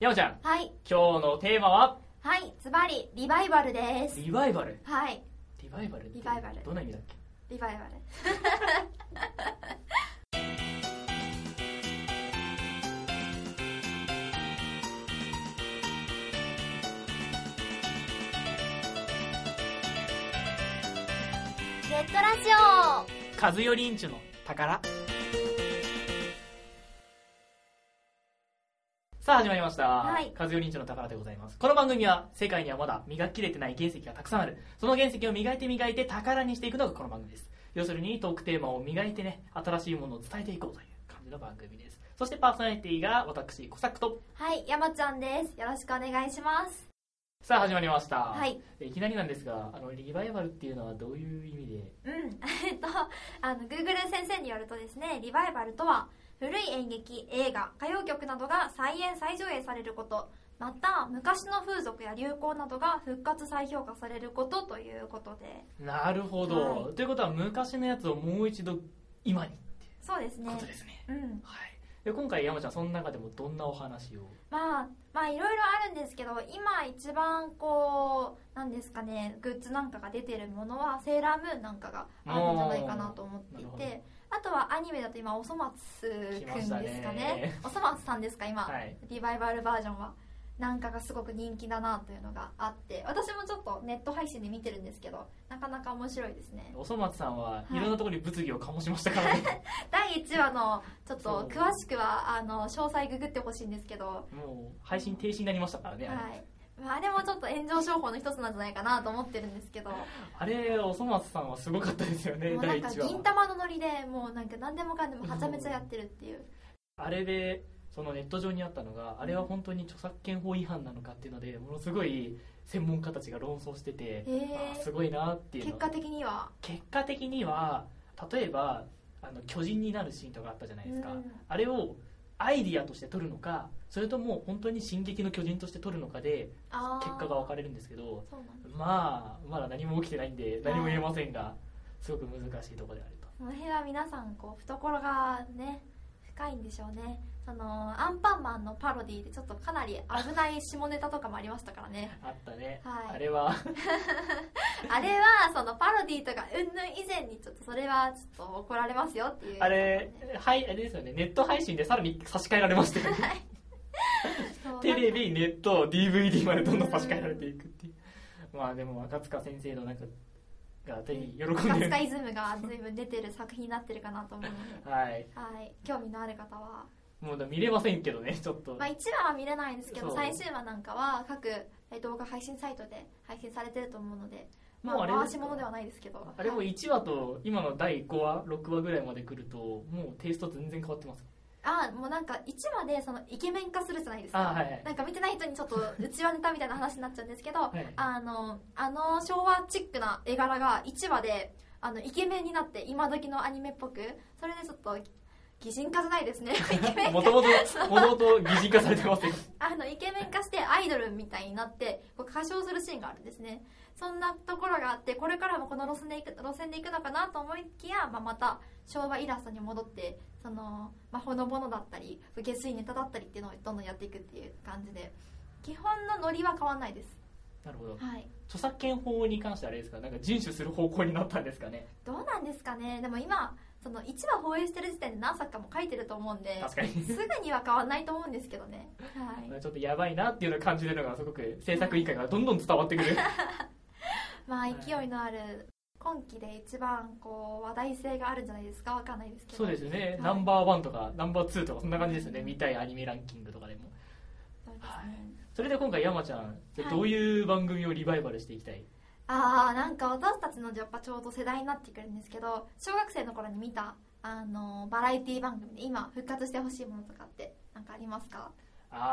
山ちゃん、はい、今日のテーマは、はい、ズバリリバイバルです。リバイバル。はい、リバイバルってリバイバルどんな意味だっけリバイバル。 ネットラジオ。カズヨリンチュの宝。さあ始まりました。はいカズヨリンチュの宝でございます。この番組は世界にはまだ磨ききれてない原石がたくさんある。その原石を磨いて磨いて宝にしていくのがこの番組です。要するにトークテーマを磨いてね、新しいものを伝えていこうという感じの番組です。そしてパーソナリティが私、コサックと。はい、山ちゃんです。よろしくお願いします。さあ始まりました。はい、でいきなりなんですが、あの、リバイバルっていうのはどういう意味でうん、 えっと、あの、Google 先生によるとですね、リバイバルとは、古い演劇、映画、歌謡曲などが再演、再上映されること、また、昔の風俗や流行などが復活、再評価されることということで、なるほど、はということは昔のやつをもう一度今にっていそうですうねこ。とですねうん。はいで今回山ちゃんその中でもどんなお話をまあ、まあ、いろいろあるんですけど、今一番こう、なんですかね、グッズなんかが出てるものは、セーラームーンなんかがあるんじゃないかなと思っていおーなるて、あとはアニメだと今、おそ松くん来までしすたかねね。おそ松さんですか、今。はいリバイバルバージョンはなんかがすごく人気だなというのがあって私もちょっとネット配信で見てるんですけどなかなか面白いですねおそ松さんははいいろんなところに物議を醸しましたからね、第1話のちょっそうと詳しくはあの詳細ググってほしいんですけど、もう配信停止になりましたからね、はいまあ、あれもちょっと炎上商法の一つなんじゃないかなと思ってるんですけどあれおそ松さんはすごかったですよねもうな第んか1話銀は玉のノリでもうなんか何でもかんでもはちゃめちゃやってるっていうあれでそのネット上にあったのがあれは本当に著作権法違反なのかっていうのでものすごい専門家たちが論争してて、へーあすごいなっていう結の果的には結果的には例えばあの巨人になるシーンとかあったじゃないですか、うんあれをアイディアとして撮るのかそれとも本当に「進撃の巨人」として撮るのかであー結果が分かれるんですけどそうなんだまあまだ何も起きてないんで何も言えませんがすごく難しいところであるとこの辺は皆さんこう懐がね深いんでしょうねそのアンパンマンのパロディでちょっとかなり危ない下ネタとかもありましたか らねあったね、はいあれはあれはそのパロディとかうんぬん以前にちょっとそれはちょっと怒られますよっていうあれはいあれですよねネット配信でさらに差し替えられました よねそうテレビネット DVD までどんどん差し替えられていくっていうまあでも赤塚先生のなんかが手に喜んなんかでスるカイズムが随分出てる作品になってるかなと思うのではいはい興味のある方は、もうだ見れませんけどね、ちょっと。まあ、1話は見れないんですけそどう最終話なんかは各え動画配信サイトで配信されてると思うので、まもうああ、れ回ですしか物ではないですけどあれも1話と今の第5話、6話ぐらいまで来ると、もうテイスト全然変わってます。あもうなんか1話でそのイケメン化するじゃないですあか、はいはい。なんか見てない人にちょっとうちわネタみたいな話になっちゃうんですけど、はいあのあの昭和チックな絵柄が1話であのイケメンになって今時のアニメっぽくそれでちょっと擬人化じゃな いですねイケメンもともと、もともと擬人化されてますよ。あのイケメン化してアイドルみたいになってこう歌唱するシーンがあるんですねそんなところがあってこれからもこの路線でいく路線でいくのかなと思いきや、まあ、また昭和イラストに戻ってその、まあ、ほのぼのだったり下水ネタだったりっていうのをどんどんやっていくっていう感じで基本のノリは変わんないですなるほど。はい著作権法に関してあれですか、なんか遵守する方向になったんですかね。どうなんですかねでも今その1話放映してる時点で何作かも書いてると思うんで確かに。すぐには変わんないと思うんですけどねはいちょっとやばいなっていうのを感じるのがすごく制作委員会からどんどん伝わってく るまあはい勢いのある今期で一番こう話題性があるんじゃないですかわかんないですけどそうですよね、いナンバーワンとかナンバーツーとかそんな感じですよね見たいアニメランキングとかでもそうですねはいそれで今回山ちゃんじゃあはいどういう番組をリバイバルしていきたい、ああなんか私たちのやっぱちょうど世代になってくるんですけど小学生の頃に見たあのバラエティ番組で今復活してほしいものとかってなんかありますか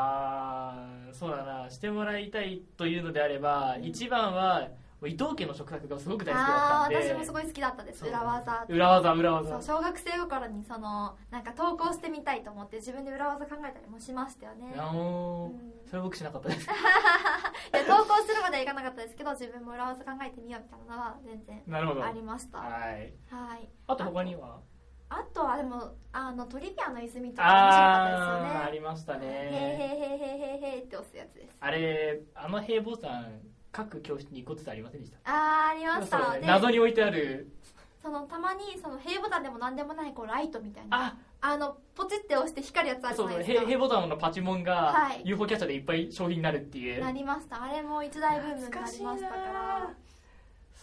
あーそうだなしてもらいたいというのであれば、うん一番は伊藤家の食卓がすごく大好きだったあんあでー私もすごい好きだったですそう裏技裏技裏そう技小学生心にそのなんか投稿してみたいと思って自分で裏技考えたりもしましたよねあのーうんそれ僕しなかった ですいや投稿するまではいかなかったですけど自分も裏技考えてみようみたいなのは全然なるほどあはりましたはいあと他にはあとはでもあのトリビアの泉とか面白かあっーあたでりましたすよねねへーへーへーへーへーへーっつですあれあの平凡さん各教室に1個ずつありませんでしたあーありましそたうだねで謎に置いてあるそのたまにその平ボタンでも何でもないこうライトみたいなああのポチって押して光るやつあるじそゃうないそうですか平平ボタンのパチモンはがい UFO キャッチャーでいっぱい商品になるっていうなりましたあれも一大ブームになり懐まかししたいかなら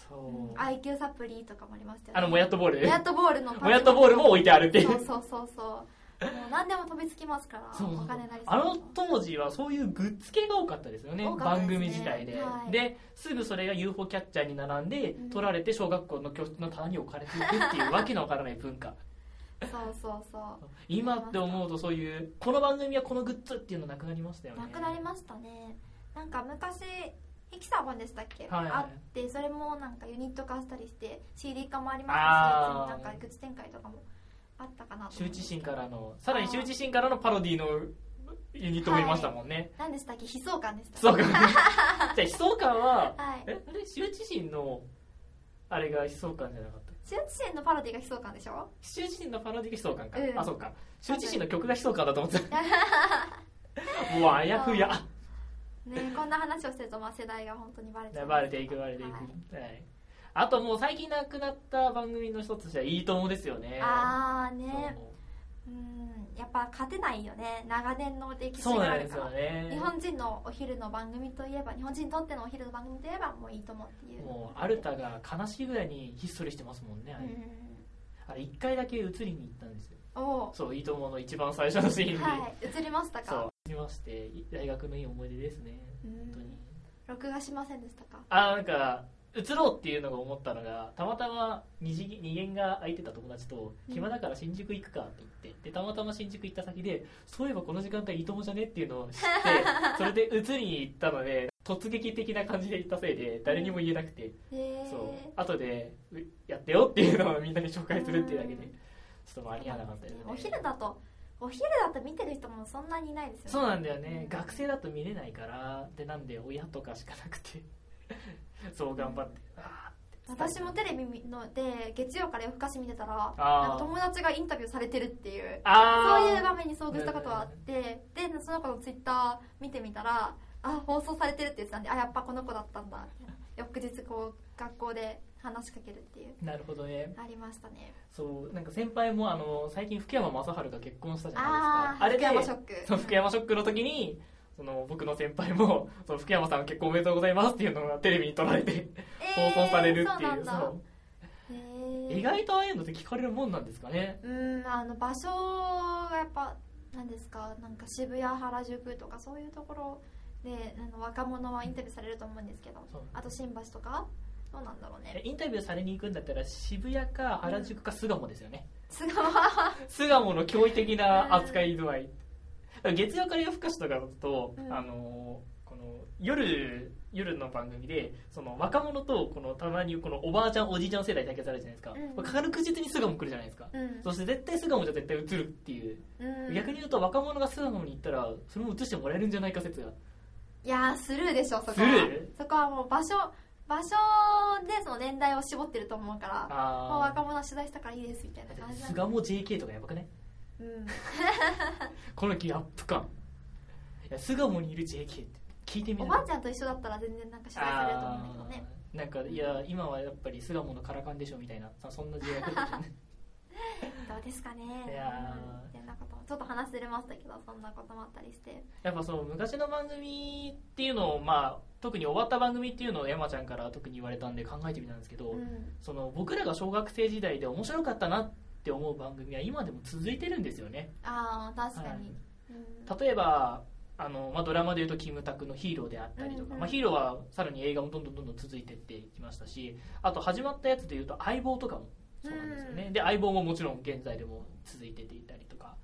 そう IQ サプリとかもありましたよねあのもやっとボールモヤットボールのパチもやっとボールも置いてあるっていうそうそうそうそうもう何でも飛びつきますからそうそうお金なりあの当時はそういうグッズ系が多かったですよね多かったですね番組自体で、はいですぐそれが UFO キャッチャーに並んでうん取られて小学校の教室の棚に置かれていくっていうわけのわからない文化そうそうそう今って思うとそういうこの番組はこのグッズっていうのなくなりましたよねなくなりましたねなんか昔ヘキサゴンでしたっけ、はいあってそれもなんかユニット化したりして CD 化もありまあーしたしなんかグッズ展開とかもあったかなと羞思恥心からのさらに羞恥心からのパロディのユニットもいましたもんね、何でしたっけ悲壮感でしたそうかじゃあ悲壮感ははいえあれ羞恥心のあれが悲壮感じゃなかった羞恥心のパロディが悲壮感でしょ羞恥心のパロディが悲壮感か、うんあそうか羞恥心の曲が悲壮感だと思って たもうあやふやねこんな話をしてるとまあ世代が本当にバレちゃうバレていくバレていはいく、はい、あともう最近なくなった番組の一つとしては「いいとも」ですよねああそねうんやっぱ勝てないよね長年の歴う史そうがなあんるですかよらね日本人のお昼の番組といえば日本人にとってのお昼の番組といえばもういいと思うっていうもうアルタが悲しいぐらいにひっそりしてますもんねあれ,、うあれ1回だけ映りに行ったんですよんおそう「いいとも」の一番最初のシーンーに、はい映りましたそかう見ましてい大学のいい思い出ですねうん本当に録画しませんでしたかあーなんか移ろうっていうのが思ったのがたまたま二次二限が空いてた友達とうん暇だから新宿行くかって言ってでたまたま新宿行った先でそういえばこの時間帯いいともじゃねっていうのを 知ってそれで移りに行ったので突撃的な感じで行ったせいで誰にも言えなくて、へえそう後でうやってよっていうのをみんなに紹介するっていうだけでうんちょっと間に合わなかったですねお昼だとお昼だと見てる人もそんなにいないですよねそうなんだよね、うん学生だと見れないからでなんで親とかしかなくてそう頑張って、あーって私もテレビので月曜から夜更かし見てたらなんあかー友達がインタビューされてるっていうあそういうー場面に遭遇したことはあってでその子のツイッター見てみたらあ放送されてるって言ってたんであやっぱこの子だったんだみたいな翌日こう学校で話しかけるっていうなるほどねありましたねそうなんか先輩もあの最近福山雅治が結婚したじゃああないですかあ福れ山でショックそう福山ショックの時にその僕の先輩もその福山さん結婚おめでとうございますっていうのがテレビに撮られて放送されるっていえーそうなう,、んだそうへー意外とああいうのって聞かれるもんなんですかねうんあの場所がやっぱなんですかなんか渋谷原宿とかそういうところであの若者はインタビューされると思うんですけどそうあと新橋とかどうなんだろうえねインタビューされに行くんだったら渋谷か原宿か巣鴨ですよね、菅は巣鴨の驚異的な扱い度合い月曜から夜更かしとかだと、うんあのこの夜夜の番組でその若者とこのたまにこのおばあちゃんおじいちゃん世代対決あるじゃないですか、うん軽く実に巣鴨来るじゃないですか、うんそして絶対巣鴨じゃ絶対映るっていう、うん逆に言うと若者が巣鴨に行ったらそれも映してもらえるんじゃないか説がいやースルーでしょそこはスルーそこはもう場所場所でその年代を絞ってると思うからもうあ若者取材したからいいですみたいな感じあな巣んで鴨 JK とかやばくねうんこのギャップ感いや巣鴨にいる JK って聞いてみおなばあちゃんと一緒だったら全然なんか取材されると思うんだけどねあーなんかいや今はやっぱり巣鴨のカラカンでしょみたいなさそんな時代が来るかもしれないどうですかねいやーうんそんなこともちょっと話ずれましたけどそんなこともあったりして やっぱその昔の番組っていうのをまあ特に終わった番組っていうのを山ちゃんから特に言われたんで考えてみたんですけど、うんその僕らが小学生時代で面白かったなって思う番組は今でも続いてるんですよねああ確かにうん例えばあの、まあ、ドラマでいうとキムタクの「ヒーロー」であったりとか、うんうんまあ、ヒーローはさらに映画もどんどんどんどん続いていっていきましたしあと始まったやつでいうと「相棒」とかもそうなんですよね、うで「相棒」ももちろん現在でも続いてていたりとか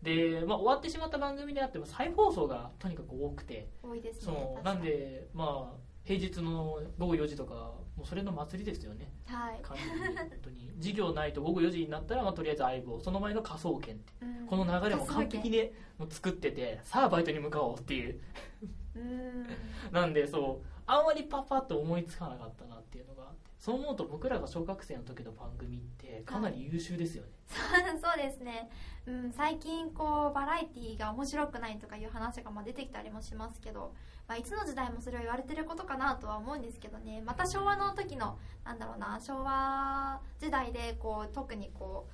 で、まあ、終わってしまった番組であっても再放送がとにかく多くて多いですそねの確かなにんでまあ平日の午後4時とかもうそれの祭りですよねはい完全に本当に授業ないと午後4時になったら、まあ、とりあえず相棒その前の科捜研ってうんこの流れも完璧でもう作っててさあバイトに向かおうっていううんなんでそうあんまりパッパッと思いつかなかったなっていうのがあってそう思うと僕らが小学生の時の番組ってかなり優秀ですよね、 そうですね、うん、最近こうバラエティーが面白くないとかいう話がまあ出てきたりもしますけど、まあ、いつの時代もそれを言われてることかなとは思うんですけどねまた昭和の時のなんだろうな昭和時代でこう特にこ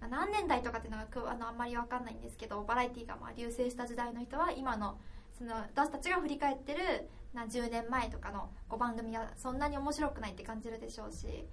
うまあ何年代とかっていうのがくあのあんまり分かんないんですけどバラエティーがまあ流星した時代の人は今のその私たちが振り返ってるな10年前とかのこう番組はそんなに面白くないって感じるでしょうし。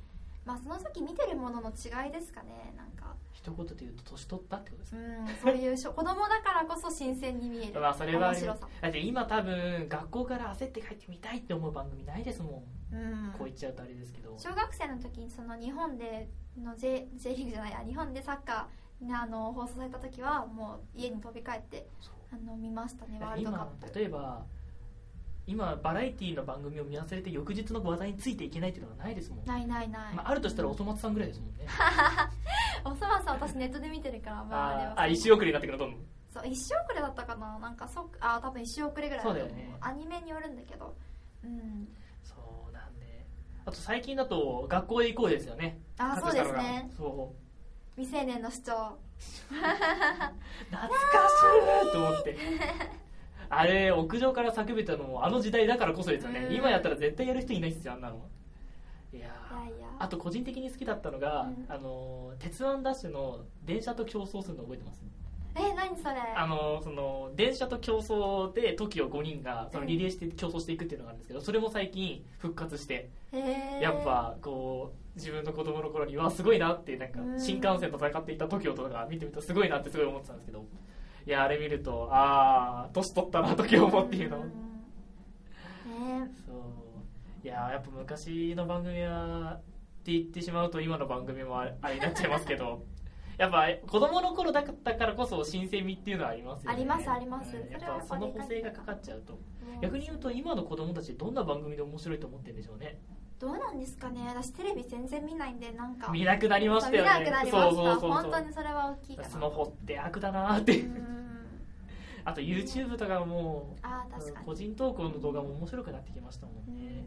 まあ、その時見てるものの違いですかねなんか一言で言うと年取ったってことですうね、ん、そういうしょ 子供だからこそ新鮮に見えるまあそれはあ面り白ますさ、だって今多分学校から焦って帰ってみたいって思う番組ないですもん、うん、こう言っちゃうとあれですけど小学生の時にその日本での J, J リーグじゃないや日本でサッカーがあの放送された時はもう家に飛び帰ってそうあの見ましたねワールドカッ今プ例えば今バラエティの番組を見忘れて翌日の話題についていけないっていうのはないですもん、ないないない、まあ、あるとしたらおそ松さんぐらいですもんねおそばさん私ネットで見てるからまああれあはーあ一周遅れになってくるどんどんそう一周遅れだったかななんかそあ多分一周遅れぐらいだと思そうだよねアニメによるんだけどうんそうなんであと最近だと学校へ行こうですよねあそうですねそう未成年の主張懐かしいと思ってあれ屋上から叫べたのもあの時代だからこそですよねうん今やったら絶対やる人いないですよあんなのいやいーやいやあと個人的に好きだったのが、うんあのー鉄腕ダッシュの電車と競争するの覚えてますえ何それあのその電車と競争で TOKIO5 人がそのリレーして競争していくっていうのがあるんですけどそれも最近復活してへーやっぱこう自分の子供の頃にはすごいなってなんかうん新幹線と戦っていた TOKIO とかが見てみるとすごいなってすごい思ってたんですけどいやあれ見るとああ年取ったな TOKIO もっていうのんねそういややっぱ昔の番組はって言ってしまうと今の番組もあれあれになっちゃいますけ どやっぱ子供の頃だったからこそ新鮮味っていうのはありますよねありますありますうんやっそれはぱその補正がかかっちゃうと逆に言うと今の子供たちどんな番組で面白いと思ってるんでしょうねどうなんですかね私テレビ全然見ないんでなんか見なくなりましたよね見なくなりましそたうそうそうそ本う当にそれは大きいかなスマホって悪だなーって、うんあと YouTube とかもあー確かに個人投稿の動画も面白くなってきましたもんね、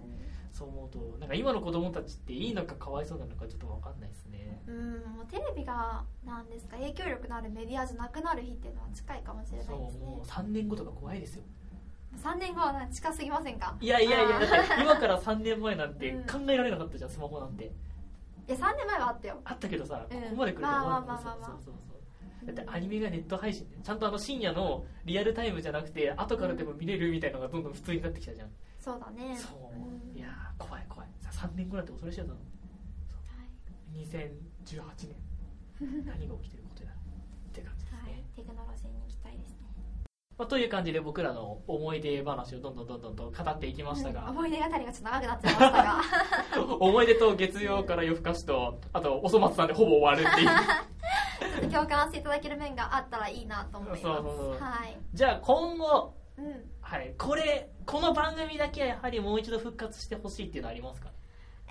そう思うとなんか今の子供たちっていいのかかわいそうなのかちょっとわかんないですねうんうんもうテレビがなんですか影響力のあるメディアじゃなくなる日っていうのは近いかもしれないでそうすねもう3年後とか怖いですよ3年後は近すぎませんかいやいやいやあだーって今から3年前なんてうん考えられなかったじゃんスマホなんていや3年前はあったよあったけどさうこんこまで来ると思わなまかあったまあまそうあまあまあそうそうだってアニメがネット配信でちゃんとあの深夜のリアルタイムじゃなくて後からでも見れるみたいなのがどんどん普通になってきたじゃんそうだねそううんいやー怖い怖いさ3年後なんて恐ろしいやつだぞは2018い年 何が起きてることやらって感じですはいね、テクノロジーに行きたいですねまあ、という感じで僕らの思い出話をどんどんどんどんと語っていきましたうんが、思い出語りがちょっと長くなっちゃいましたが思い出と月曜から夜更かしとあとおそ松さんでほぼ終わるっていう ちょっと共感していただける面があったらいいなと思いますそうそうそうはい、じゃあ今後、うんはい、これこの番組だけはやはりもう一度復活してほしいっていうのありますか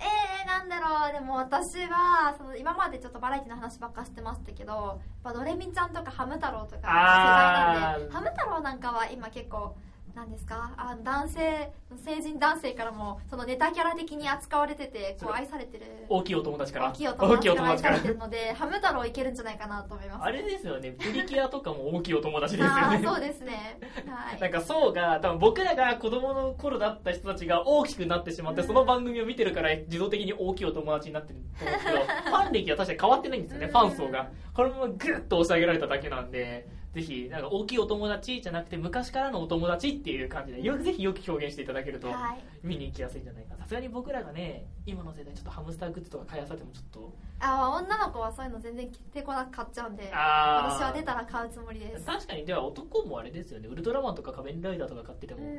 えー、なんだろうでも私はその今までちょっとバラエティの話ばっかしてましたけどやっぱドレミちゃんとかハム太郎とか世代あーなんでハム太郎なんかは今結構なんですかあ男性成人男性からもそのネタキャラ的に扱われててこうそれ愛されてる大きいお友達から大きいお友達から愛達さかれらてるのでハム太郎いけるんじゃないかなと思いますあれですよねプリキュアとかも大きいお友達ですよ あねーそうですねはなんいか層が多分僕らが子供の頃だった人たちが大きくなってしまって、うんその番組を見てるから自動的に大きいお友達になってると思うんですけど ファン歴は確かに変わってないんですよね、うんファン層がこれもグッと押し上げられただけなんでぜひなんか大きいお友達じゃなくて昔からのお友達っていう感じでよぜひよく表現していただけるとはい見に行きやすいんじゃないかさすがに僕らがね今の世代ちょっとハムスターグッズとか買いあさってもちょっとあー女の子はそういうの全然着てこなく買っちゃうんであー私は出たら買うつもりです確かにでは男もあれですよねウルトラマンとか仮面ライダーとか買っててうも、ん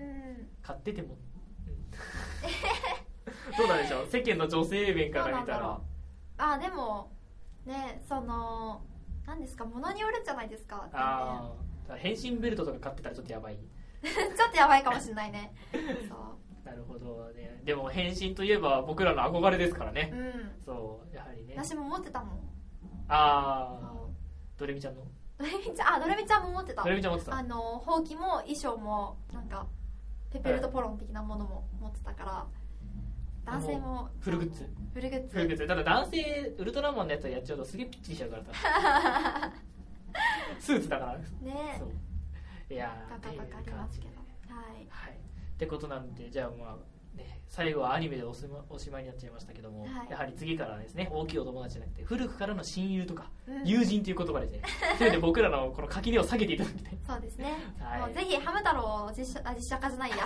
買ってても、どうなんでしょう世間の女性面から見たどうなんだらろあでもねその何ですか物によるんじゃないですかあー変身ベルトとか買ってたらちょっとやばい全然 ちょっとやばいかもしれないねそなるほどねでも変身といえば僕らの憧れですからうねうんそうやはりね私も持ってたもんああそうドレミちゃんのドレミちゃんあドレミちゃんも持ってたドレミちゃん持ってたあのほうきも衣装もなんかペペルとポロン的なものも持ってたから男性もフルグッズフルグッズフルグッズただ男性ウルトラマンのやつはやっちゃうとすげえピッチリしちゃうからさ スーツだからねそういやーガっタていうガタあり感ますじけでどはいはいってことなんでじゃあまあね最後はアニメでおしまおしまいになっちゃいましたけども、はいやはり次からはですね大きいお友達じゃなくて古くからの親友とかうん友人という言葉 ですねせめて僕らのこの垣根を下げていただきたいそうですね、はいもうぜひハム太郎を実写あ実写化じ ゃないや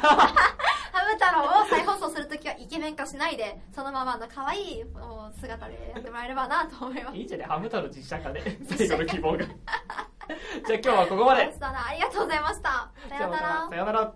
ハム太郎を再放送するときはイケメン化しないでそのままの可愛いもう姿でやってもらえればなと思いますいいんじゃないハム太郎実写化で 最後の希望がじゃあ今日はここまでそうだなありがとうございましたさじゃよあうまならたさようなら